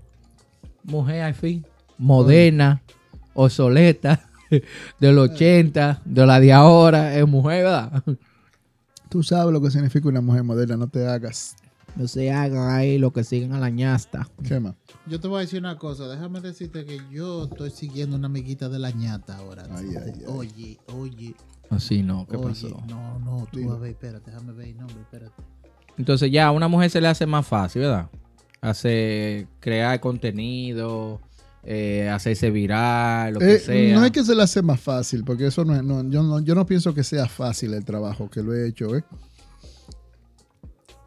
Mujer, al fin, moderna, obsoleta, del 80, de la de ahora, es mujer, ¿verdad? Tú sabes lo que significa una mujer moderna, no te hagas. No se hagan ahí lo que siguen a la ñasta. ¿Qué más? Yo te voy a decir una cosa. Déjame decirte que yo estoy siguiendo una amiguita de la ñata ahora. Ay, ay, ay. Oye, oye. Así no, ¿qué oye. pasó? No, no, tú Dime. vas a ver, espérate, déjame ver el nombre, espérate. Entonces ya a una mujer se le hace más fácil, ¿verdad? Hacer, crear contenido, eh, hacerse viral, lo que Eh, sea. No es que se la hace más fácil, porque eso no es. no, yo, no, yo no pienso que sea fácil el trabajo que lo he hecho, ¿eh?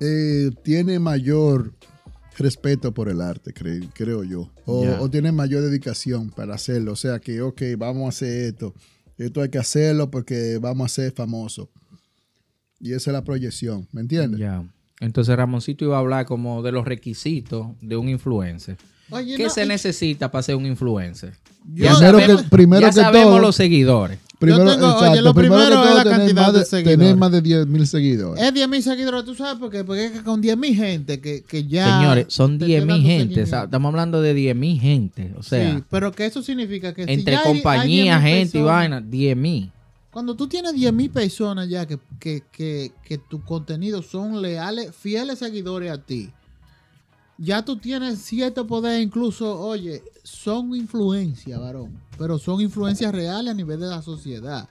Eh, tiene mayor respeto por el arte, cre- creo yo. O, Ya. o tiene mayor dedicación para hacerlo. O sea que, ok, vamos a hacer esto. Esto hay que hacerlo porque vamos a ser famosos. Y esa es la proyección, ¿me entiendes? Ya. Entonces Ramoncito iba a hablar como de los requisitos de un influencer. Oye, ¿Qué no, se y- necesita para ser un influencer? yo- Ya primero sabemos- que, primero ya que sabemos todo, los seguidores. primero, Yo tengo- oye, exacto, lo primero que primero es todo, la tener cantidad más de Tener seguidores. Eh, más de 10.000 seguidores. Es 10 mil seguidores, tú sabes, porque, porque es que con 10 mil gente que, que ya. Señores, son te 10.000 estoy dando gente. o sea, seguimiento. estamos hablando de 10.000 gente. O sea, sí, pero que eso significa que. si entre ya hay- hay compañía, 10.000 gente y personas, vaina, 10.000. Cuando tú tienes 10 mil personas ya que, que, que, que tu contenido son leales, fieles seguidores a ti, ya tú tienes cierto poder, incluso, oye, son influencia, varón, pero son influencias reales a nivel de la sociedad.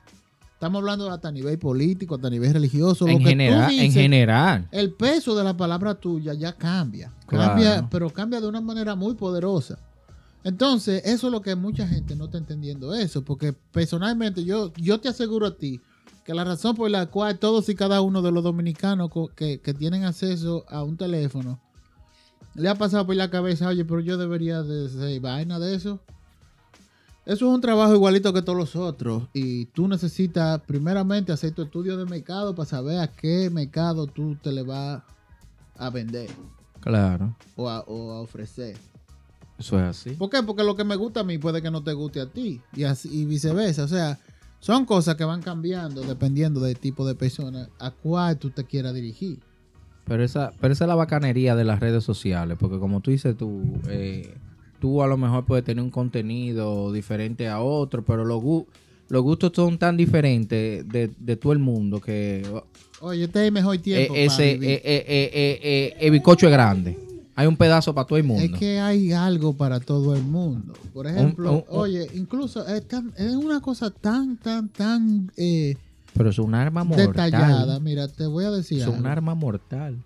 Estamos hablando hasta a nivel político, hasta a nivel religioso, lo En que tú general, en dices, general. El peso de la palabra tuya ya cambia, Claro. cambia, pero cambia de una manera muy poderosa. Entonces, eso es lo que mucha gente no está entendiendo eso, porque personalmente yo, yo te aseguro a ti que la razón por la cual todos y cada uno de los dominicanos co- que, que tienen acceso a un teléfono le ha pasado por la cabeza, oye, pero yo debería de hacer vaina de eso. Eso es un trabajo igualito que todos los otros y tú necesitas primeramente hacer tu estudio de mercado para saber a qué mercado tú te le vas a vender Claro, o a- o a ofrecer. eso es así. ¿Por qué? Porque lo que me gusta a mí puede que no te guste a ti. Y, así, y viceversa. O sea, son cosas que van cambiando dependiendo del tipo de persona a cuál tú te quieras dirigir. Pero esa, pero esa es la bacanería de las redes sociales, porque como tú dices tú, eh, tú a lo mejor puedes tener un contenido diferente a otro, pero los, gu- los gustos son tan diferentes de, de todo el mundo que Oye, este es el mejor eh, tiempo. para ese vivir. eh, eh, eh, eh, eh, el bizcocho es grande. Hay un pedazo para todo el mundo. es que hay algo para todo el mundo. Por ejemplo, un- un- oye, incluso es, tan- es una cosa tan, tan, tan eh, Pero es un arma mortal. detallada. Mira, te voy a decir. Es un algo. arma mortal.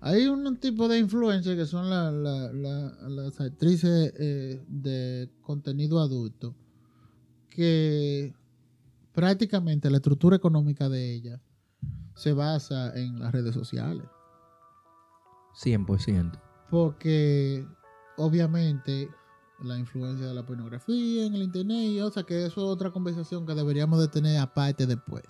Hay un tipo de influencers que son la- la- la- las actrices eh, de contenido adulto que prácticamente la estructura económica de ellas se basa en las redes sociales. 100%. Porque obviamente la influencia de la pornografía en el internet y o sea que eso es otra conversación que deberíamos de tener aparte después.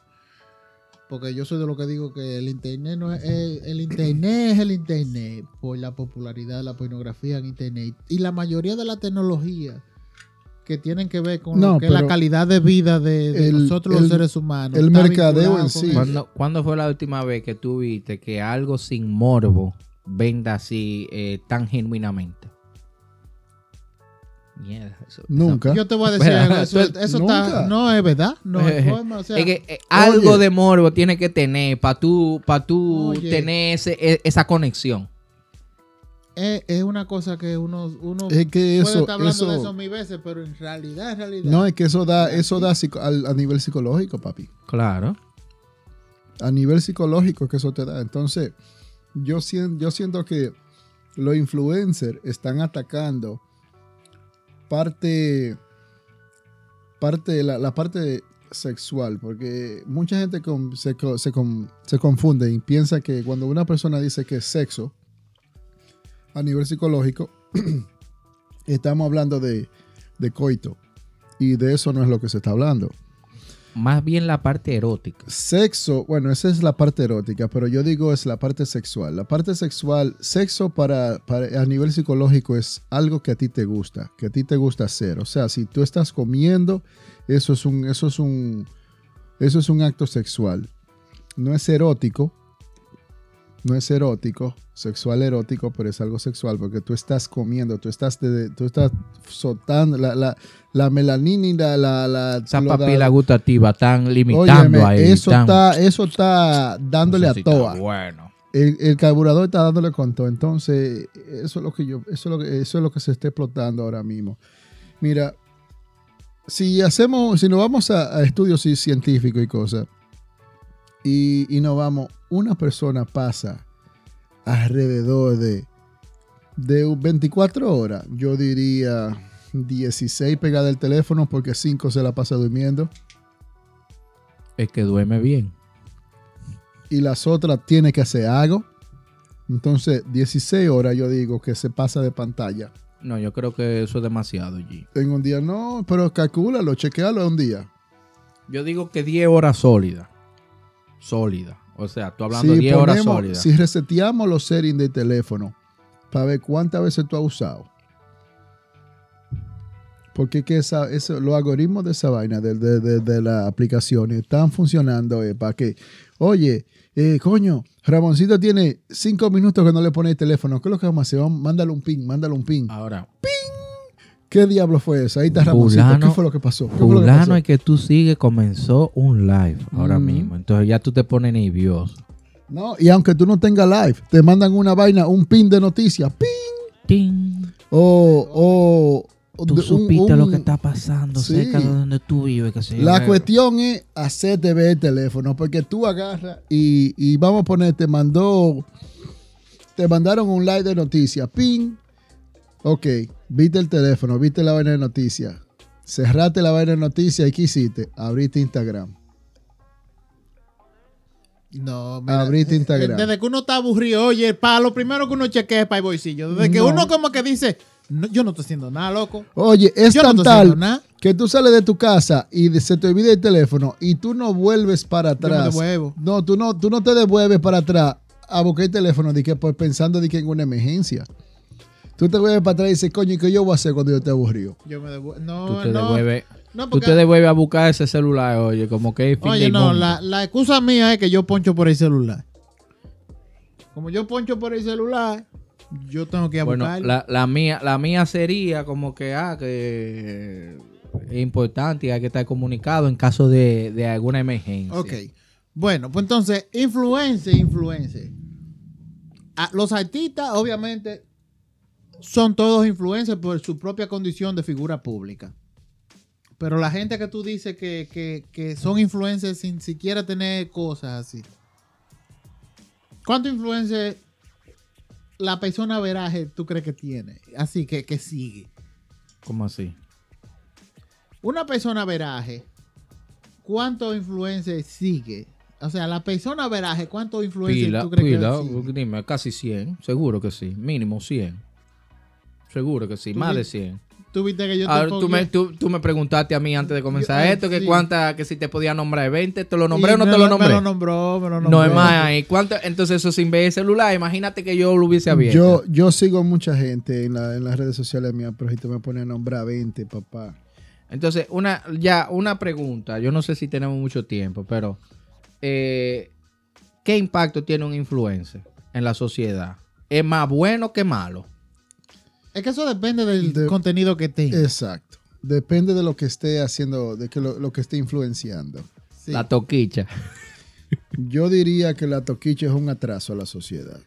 Porque yo soy de lo que digo que el internet no es el, el internet es el internet por la popularidad de la pornografía en internet y la mayoría de la tecnología que tienen que ver con No, lo que es la pero calidad de vida de, de el- nosotros el- los seres humanos. el Está mercadeo vinculado en con sí. eso. ¿Cuándo, cuándo fue la última vez que tú viste que algo sin morbo venda así eh, tan genuinamente? Mierda. eso- Nunca. Yo te voy a decir Bueno, algo, eso, tú- eso nunca. está, no es verdad, no hay forma, o sea, Es que, eh, algo oye. de morbo tiene que tener para tú, pa tú Oye. tener ese- e- esa conexión. es, Eh, es una cosa que uno, uno Es que puede eso, estar hablando de eso eso, mil veces, pero en realidad, en realidad, no es que eso da, eso da psico- al- a nivel psicológico, papi. Claro. a nivel psicológico que eso te da. Entonces, yo siento, yo siento que los influencers están atacando parte, parte de la, la parte sexual, porque mucha gente con- se, co- se con- se confunde y piensa que cuando una persona dice que es sexo, a nivel psicológico, estamos hablando de, de coito. Y de eso no es lo que se está hablando Más bien la parte erótica. sexo, bueno, esa es la parte erótica, pero yo digo es la parte sexual. La parte sexual, sexo para, para- a nivel psicológico es algo que a ti te gusta, que a ti te gusta hacer. O sea, si tú estás comiendo, eso es un, eso es un, eso es un acto sexual. No es erótico, no es erótico, sexual erótico, pero es algo sexual porque tú estás comiendo, tú estás, de- tú estás soltando la, la, la melanina y la, la, la- Esa lo da- papila gustativa tan limitando Óyeme, ahí. eso, tan- está, eso está dándole No a sé si está toa. Bueno. El, el carburador está dándole con todo. Entonces, eso es lo que yo, eso es lo que, eso es lo que se está explotando ahora mismo. Mira, si hacemos, si nos vamos a, a estudios sí, científicos y cosas, y, y nos vamos, una persona pasa alrededor de, de 24 horas, yo diría 16 pegada al teléfono porque 5 se la pasa durmiendo. Es que duerme bien. y las otras tiene que hacer algo. Entonces, 16 horas yo digo que se pasa de pantalla. No, yo creo que eso es demasiado, G. En un día no, pero calcúlalo, chequealo un día. Yo digo que 10 horas sólidas. Sólidas. O sea, tú hablando de 10 horas ponemos- sólidas. si reseteamos los settings del teléfono para ver cuántas veces tú has usado. Porque es que esa- eso- los algoritmos de esa vaina, de, de, de- de las aplicaciones, están funcionando eh, para que, oye, eh, coño, Ramoncito tiene cinco minutos que no le pone el teléfono. ¿Qué es lo que vamos a hacer? Vamos- mándale un ping, mándale un ping. Ahora, ¿Qué diablo fue eso? Ahí está Ramoncito. Fulano- ¿Qué fue lo que pasó? ¿Qué fue lo que pasó? fulano el que tú sigues comenzó un live ahora Mm. mismo. Entonces ya tú te pones nervioso. No, y aunque tú no tengas live, te mandan una vaina, un pin de noticias. ¡ping! Ting. O, o Tú de- un- supiste lo un- que está pasando Sí. cerca de donde tú vives. Que La cuestión es hacerte ver el teléfono, porque tú agarras y, y vamos a poner, te mandó, te mandaron un live de noticias, ping, ok, viste el teléfono, viste la vaina de noticias, cerraste la vaina de noticias y ¿qué hiciste? Abriste Instagram. no, eh, Abriste Instagram. Desde que uno está aburrido, oye, para lo primero que uno chequea es para el bolsillo, desde que No. uno como que dice, "No, yo no estoy haciendo nada, loco. Oye, es Yo no tan estoy haciendo tal nada. que tú sales de tu casa y de- se te olvida el teléfono y tú no vuelves para me atrás. devuelvo. no, tú no, tú no te devuelves para atrás a buscar el teléfono de que, pues, pensando de que en una emergencia. Tú te vuelves para atrás y dices, coño, ¿y qué yo voy a hacer cuando yo te aburrido? Yo me devuelvo. No, Tú te no. devuelves. No, Tú porque- te devuelves a buscar ese celular, oye, como que es fin Oye, del no, mundo. la, la excusa mía es que yo poncho por el celular. Como yo poncho por el celular, yo tengo que ir a Bueno, buscar. la, la mía, la mía sería como que, ah, que es importante y hay que estar comunicado en caso de, de alguna emergencia. Ok. Bueno, pues entonces, influencer, influencer. A- Ah, Los artistas, obviamente, son todos influencers por su propia condición de figura pública. Pero la gente que tú dices que, que- que son influencers sin siquiera tener cosas así. ¿Cuántos influencers la persona veraje tú crees que tiene? Así que, que sigue. ¿Cómo así? Una persona veraje, ¿cuántos influencers sigue? O sea, la persona veraje, ¿cuántos influencers Pila, tú crees pila, que sigue? dime, casi 100, seguro que sí, mínimo 100. Seguro que sí, Tú más di- de 100. Tú viste que yo te Ahora, Ah, tú, me, fogueé. tú, tú me preguntaste a mí antes de comenzar Yo- eh, esto, que sí. cuánta, que si te podía nombrar 20, ¿te lo nombré Y o no me te lo nombré? Me lo nombró, me lo nombró. no, es más, ahí, ¿cuánto? entonces eso sin ver el celular, imagínate que yo lo hubiese abierto. Yo, yo sigo mucha gente en, la- en las redes sociales mías, pero si te me pone a nombrar 20, papá. Entonces, una, ya, una pregunta. Yo no sé si tenemos mucho tiempo, pero eh, ¿qué impacto tiene un influencer en la sociedad? ¿Es más bueno que malo? Es que eso depende del De- eh, contenido que tenga. Exacto. Depende de lo que esté haciendo, de que lo, lo que esté influenciando. Sí. La toquicha. Yo diría que la toquicha es un atraso a la sociedad.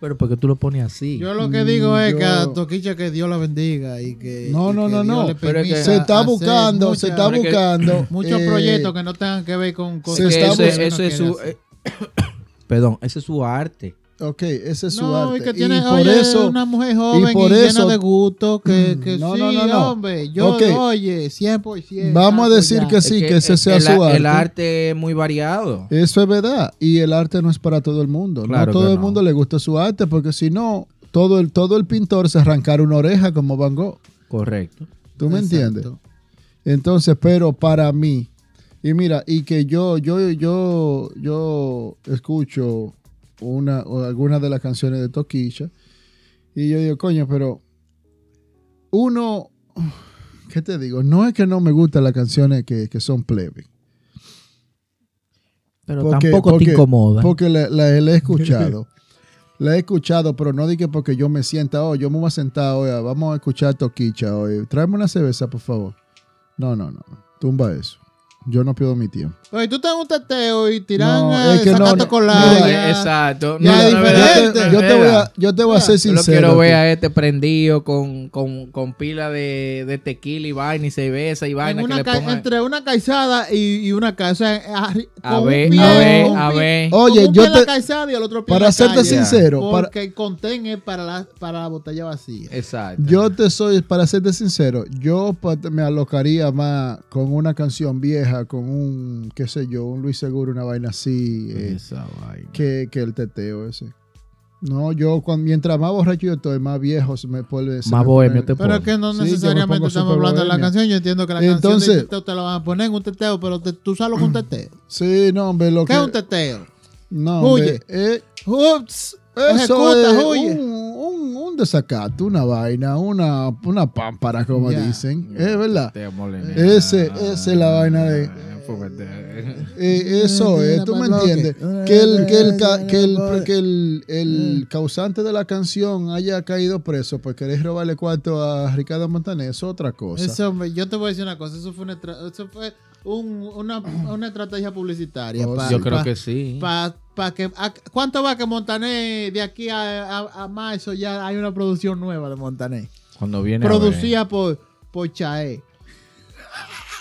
Pero porque tú lo pones así. Yo lo que digo Mm, es que a yo- Toquicha que Dios la bendiga y que. No, y no, que no, Dios no. le Pero es que- permita Se está hacer buscando, se muchas- está Porque buscando. Muchos eh, proyectos que no tengan que ver con se Porque está ese- buscando eso es su. eh, perdón, ese es su arte. Ok, ese es su No, arte. y que tiene y por oye, eso, una mujer joven y, por llena eso- Mm, de gusto que, que No, sí, no, no, no. hombre, yo Ok. oye, 100%. Vamos a tanto decir ya. que sí, Es que ese el- sea el, su arte. El arte es muy variado. Eso es verdad. Y el arte no es para todo el mundo. Claro no todo que el no. mundo le gusta su arte, porque si no, todo el, todo el pintor se arrancara una oreja como Van Gogh. Correcto. ¿Tú me Exacto. entiendes? Entonces, pero para mí, y mira, y que yo, yo, yo, yo escucho una o alguna de las canciones de Toquilla, y yo digo, coño, pero uno, ¿qué te digo? No es que no me gustan las canciones que, que son plebe. Pero Porque- tampoco porque- te incomoda. Porque la, la- la he escuchado. la he escuchado, pero no dije porque yo me sienta hoy. yo me voy a sentar hoy. ah, Vamos a escuchar Toquicha hoy. Tráeme una cerveza, por favor. No, no, no. no. Tumba eso. Yo no pierdo mi tiempo. Oye, tú te un teteo y tiran No, a es que no, desacato no, con Mira, la- no, ya. Exacto. Ya es yo, diferente. te, yo te voy a, yo te voy a ser Ah, Yo lo sincero. quiero ver aquí. a este prendido con, con, con pila de, de tequila y vaina y cerveza y En vaina que una le ca- pongan. entre una caizada y, y una ca- o sea, arri- A con un ver, pie- a ver, un a pie- ver. Oh, Oye, con un yo pie en la te- caizada y el otro pie en Para la serte calle, sincero, para- porque el contén es para la, para la botella vacía. Exacto. Yo te soy, para serte sincero, yo pa- me alocaría más con una canción vieja, con un, qué sé yo, un Luis Seguro, una vaina así. eh, Esa vaina. que, que el teteo ese. No, yo cuando, mientras más borracho yo estoy, más viejo se me puede... se Más me bohemio pone- te Pero es que no Sí, yo me necesariamente pongo estamos súper hablando de la bohemia. canción. Yo entiendo que la canción Entonces- de teteo te la van a poner en un teteo, pero te- tú sabes lo que es un teteo. Sí, no, hombre, lo ¿Qué que... es un teteo? no, Huye. hombre, eh, Ups, eso ejecuta, es huye. un, un- un desacato, una vaina, una, una pámpara, como Ya. dicen. Es verdad. Te mole, mira. Ese, esa es la vaina de... Eh, fúmete. eh, eso Una es, tú me palabra, ok. entiendes. Que el, que el, ca- que el, que el- Mm. el causante de la canción haya caído preso por querer robarle cuarto a Ricardo Montaner es otra cosa. Eso, hombre, yo te voy a decir una cosa. Eso fue una, estra- eso fue un- una, una estrategia publicitaria. Oh, pa- sí. Yo creo pa- que sí. Pa, pa que, a- ¿Cuánto va que Montané de aquí a, a, a marzo ya hay una producción nueva de Montané? Cuando viene. a ver. Producida por, por Chae.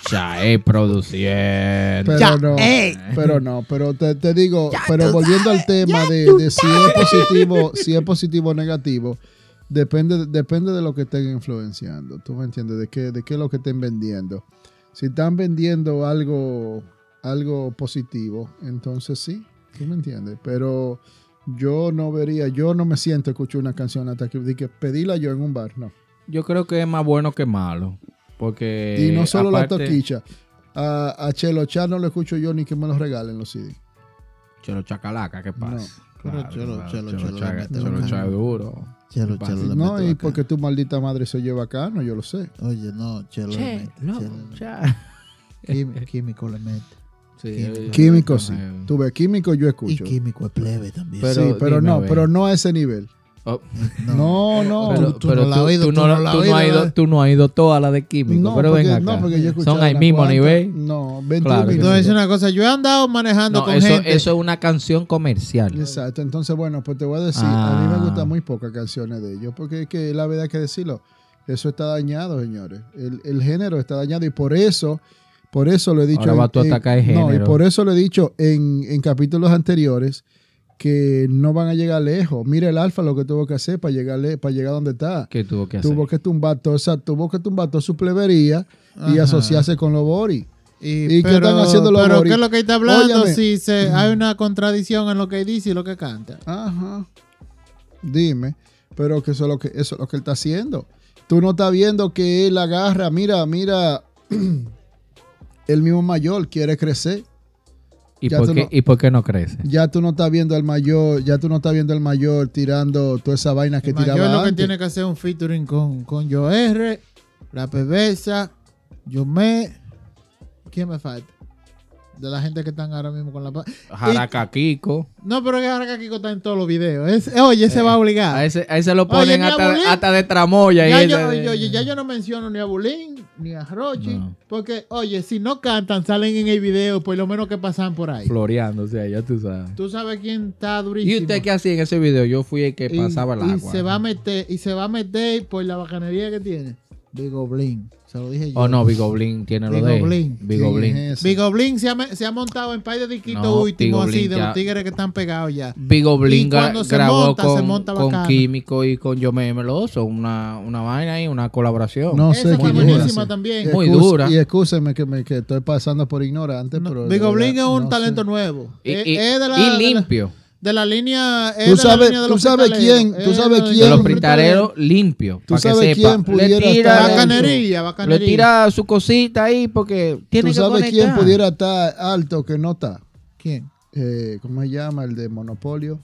Chae produciendo. Pero Ya, no, ey. pero no, pero te, te digo, pero volviendo al tema de, de si es positivo, si es positivo o negativo, depende, depende de lo que estén influenciando. ¿Tú me entiendes? De qué, de qué es lo que estén vendiendo. Si están vendiendo algo, algo positivo, entonces sí, tú me entiendes. Pero yo no vería, yo no me siento escuchar una canción hasta que, de que pedíla yo en un bar, no. Yo creo que es más bueno que malo. Porque. Y no solo Eh, aparte- la toquicha. A, a Chelo Chá no lo escucho yo ni que me lo regalen los CDs. Chelo chacalaca, ¿qué pasa? Pero Claro, Chelo- claro, Chelo- Chelo Chelo Chaca- le mete Chelo bacano. Chaca es duro. Chelo, Pasa. Chelo, le No, meto y acá. porque tu maldita madre se lleva bacano, yo lo sé. Oye, no, Chelo. le Che, mete, loco, Chelo le mete. cha. Quim- Químico le mete. Sí, Químico. eh, Químico sí. eh, Tuve químico, yo Y escucho. químico es plebe también. Pero- sí, pero dime, a no, ver. pero no a ese nivel. oh, No, no. pero- tú pero no la has tú- oído, tú tú no la- no la has tú no has oído, eh. ido- ¿verdad? Tú no has ido toda la de químico, no, pero porque, ven acá. no, porque yo he escuchado Son ahí unas mismo cuantas. nivel. No, 21 Claro que Te voy a minutos. decir una cosa. Yo he andado manejando No, con eso, gente. eso es una canción comercial. Exacto, entonces bueno, pues te voy a decir, a mí Ah. me gustan muy pocas canciones de ellos, porque es que la verdad hay que decirlo, eso está dañado, señores. El, el género está dañado y por eso, por eso lo he dicho. Ahora vas tú a atacar el No, y género. por eso lo he dicho en, en capítulos anteriores que no van a llegar lejos. Mira el alfa lo que tuvo que hacer para llegar, le- para llegar donde está. ¿Qué tuvo que hacer? Tuvo que tumbar toda esa, tuvo que tumbar toda su plebería y Ajá. asociarse con los boris. Y, ¿Y qué están haciendo los Pero boris? ¿qué es lo que está hablando? Óyame. Si se, hay una contradicción en lo que dice y lo que canta. Ajá. Dime, pero que eso es lo que eso es lo que él está haciendo. Tú no estás viendo que él agarra, mira, mira, el mismo mayor quiere crecer. ¿Y, ya por tú qué, no- ¿Y por qué no crece? Ya tú no estás viendo al mayor, ya tú no estás viendo al mayor tirando toda esa vaina que El mayor tiraba lo que antes. tiene que hacer un featuring con, con Yo R La perversa, Yomé. ¿Quién me falta? De la gente que están ahora mismo con la. pa- Jaraca Kiko. No, pero que ahora que Kiko está en todos los videos. Es- oye, se va a obligar. Eh, A ese, a ese lo Ah. Oye, ponen ni a Bulín. hasta, hasta de tramoya. Ya y yo, de- oye, ya yo no menciono ni a Bulín ni a Rochi. No. Porque, oye, si no cantan, salen en el video, por lo menos que pasan por ahí. Floreando, o sea, ya tú sabes. Tú sabes quién está durísimo. ¿Y usted qué hacía en ese video? Yo fui el que Y- pasaba el y agua. se va a meter, y se va a meter por la bacanería que tiene. Vigo Blin. Se lo dije yo. Oh, no, Bigoblin tiene lo de. Bigoblin. Bigoblin. eh. ¿Quién es ese? Vigo Blin se ha, me- se ha montado en par de disquitos No, Vigo últimos así, Blin de ya- los tigres que están pegados ya. Y Bigoblin gra- cuando se grabó monta, se con, monta con bacano. Químico y con Yo Me Meloso. Una, una vaina ahí, una colaboración. No sé Esa fue quién es. buenísima también. Muy Excus- dura. Y escúsenme que, me, que estoy pasando por este ignorante, No, pero. de Vigo Blin es verdad, un no talento sé. nuevo. Y, Es- y- es Eh, de la- y de la- limpio. De la línea. Tú es de la sabes- línea de tú los sabes fritaleros. quién, tú Es sabes la- quién. De los Bien. fritareros, limpio. ¿Tú pa' que sabes sepa. quién pudiera Le tira, estar Bacanería, le bacanería. tira su cosita ahí porque tiene ¿Tú que sabes quién conectar. pudiera estar alto que no está? ¿Quién? Eh, ¿Cómo se llama? El de Monopolio.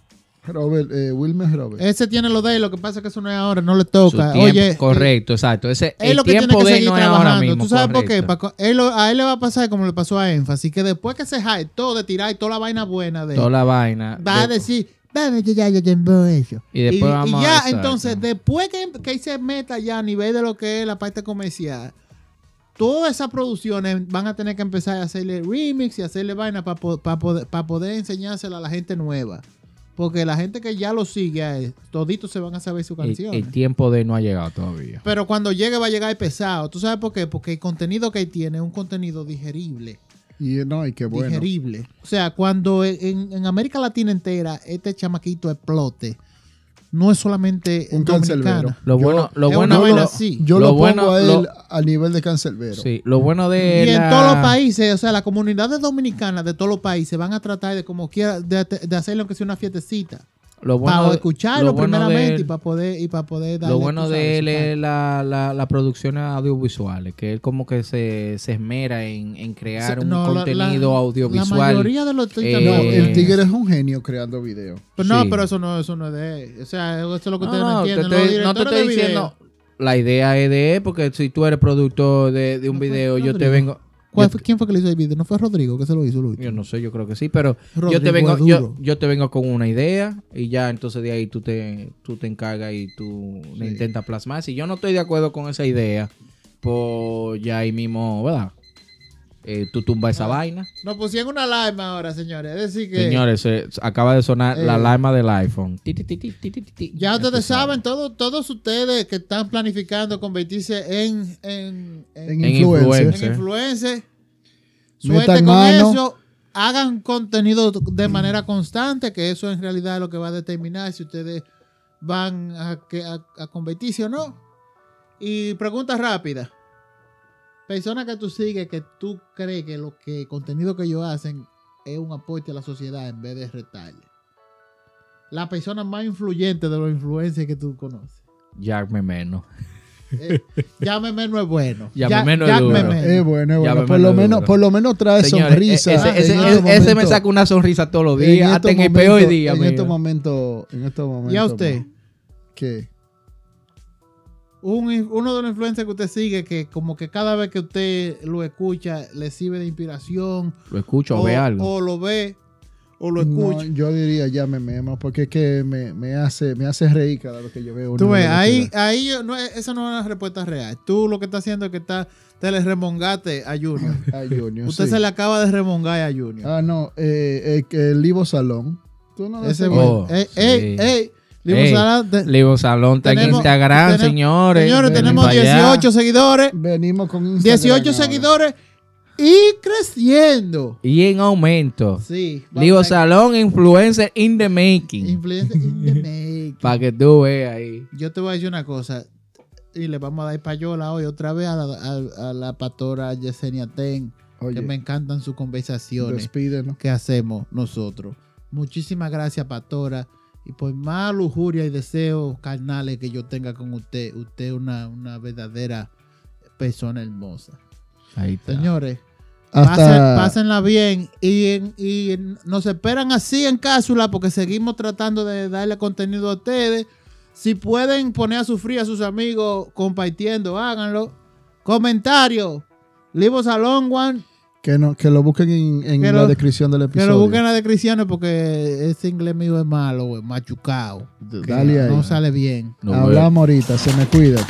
Robert, eh, Wilmer Robert. Ese tiene lo de él, lo que pasa es que eso no es ahora, no le Su toca. tiempo- Oye, correcto, exacto. Ese, es el lo que tiene tiempo que de él seguir no es ahora trabajando. mismo. ¿Tú sabes por qué? correcto. Paco? Él lo- a él le va a pasar como le pasó a Énfasis, que después que se jae todo de tirar y toda la vaina buena de él, Toda la vaina. va a de- decir, dame, yo ya, yo tengo eso. Y después vamos ya, a- exacto. entonces, después que, que él se meta ya a nivel de lo que es la parte comercial, todas esas producciones van a tener que empezar a hacerle remix y hacerle vaina para poder, pa poder enseñársela a la gente nueva. Porque la gente que ya lo sigue, a él, toditos se van a saber su el, canción. el tiempo de él no ha llegado todavía. Pero cuando llegue va a llegar pesado. ¿Tú sabes por qué? Porque el contenido que tiene es un contenido digerible. Y eh, no, y qué bueno. Digerible. O sea, cuando e, en, en América Latina entera este chamaquito explote, no es solamente Un cancerbero. dominicana. Lo Yo- bueno, lo es bueno, una yo vaina lo, así. yo lo Lo pongo bueno- a él lo- al nivel de cancerbero. sí, lo bueno de Y en Eh, la- todos los países, o sea, las comunidades dominicanas de todos los países van a tratar de como quiera, de, de hacerlo que sea una fiestecita. lo bueno para de- escucharlo lo bueno de primeramente él- y para poder, y para poder darle, Lo bueno tú sabes, de él su parte. es la, la, las producciones audiovisuales, que él como que se, se esmera en, en crear un No, la- la- contenido audiovisual. La mayoría de los eh, No, dominicanos- el tigre es un genio creando videos. Pero no, Sí. pero eso no, eso no es de él. O sea, eso es lo que No, ustedes no, no, te entienden. estoy- Los no te estoy directores de video- diciendo la idea es de él, porque si tú eres productor de, de un No, pues, video, no, yo te Rodrigo. vengo... ¿Cuál yo fue- ¿Quién fue que le hizo el video? ¿No fue Rodrigo que se lo hizo? Luis? Yo no sé, yo creo que sí, pero yo te Rodrigo vengo, es yo, duro. yo te vengo con una idea y ya entonces de ahí tú te, tú te encargas y tú la intentas plasmar. Si yo no estoy de acuerdo con esa idea, pues ya ahí mismo, ¿verdad? Eh, tú tumbas Ah, esa vaina. Nos pusieron una alarma ahora, señores. Es decir que Señores, se- se acaba de sonar Eh. la alarma del iPhone. Ti, ti, ti, ti, ti, ti, ti. ya ustedes tú saben, todo- todos ustedes que están planificando convertirse en, en, en, En, En influencer. influencer. en influencer, Metan suerte con mano. eso. Hagan contenido de manera constante, que eso en realidad es lo que va a determinar si ustedes van a, que- a- a convertirse o no. Y pregunta rápida. Personas que tú sigues, que tú crees que lo que contenido que ellos hacen es un aporte a la sociedad en vez de retarle. La persona más influyente de los influencers que tú conoces. Jack me menos. Eh, llámeme no es bueno. Llámeme no es duro. Memeno. Es Eh, bueno, es Ya bueno. me Por lo, mandó menos, duro. por lo menos trae Señores, e-, sonrisa. ese, ese- en ese- este estos ese me momentos. saca una sonrisa todos los En días, hasta estos en el peor momentos- día. En mira. estos momentos. En este estos momentos. ¿Y a usted? ¿Qué? Un- uno de los influencers que usted sigue, que como que cada vez que usted lo escucha, le sirve de inspiración. Lo escucho, o, ve algo. o lo ve, o lo No, escucha. yo diría ya me memo, porque es que me, me hace, me hace reír cada vez que yo veo. Tú una ves, locura. ahí, ahí yo- no, esa no es una respuesta real. Tú lo que estás haciendo es que está, te le remongaste a Junior. A Ah, Junior, Usted sí. se le acaba de remongar a Junior. Ah, no, eh, eh, el Livo Salón. Tú no lo Ese sabes. bueno. Oh, ey, sí. ey, ey. Libu Ey, Sala, te- Leo Salón está en tenemos- Instagram, tenemos- señores. señores, Ven tenemos pa' allá. 18 seguidores. Venimos con Instagram 18 ahora. seguidores y creciendo. Y en aumento. Sí. vamos Leo a- Salón, influencer in the making. Influencer in the making. Para que tú veas ahí. Yo te voy a decir una cosa. Y le vamos a dar payola hoy otra vez a la, a- a la pastora Yesenia Ten. Oye, que me encantan sus conversaciones despídenos. que hacemos nosotros. Muchísimas gracias, pastora. Y por más lujuria y deseos carnales que yo tenga con usted, usted es una, una verdadera persona hermosa. Ahí está. Señores, Hasta, pasen- pásenla bien y, en- y en- nos esperan así en cápsula porque seguimos tratando de darle contenido a ustedes. Si pueden poner a sufrir a sus amigos compartiendo, háganlo. Comentario. Leave us a long one. Que, no, que lo busquen en, en Que la lo- descripción del Que episodio. lo busquen en la descripción porque ese inglés mío es malo, güey, machucado. Dale ahí. No sale bien. Nos vemos. Hablamos ahorita, se me cuida.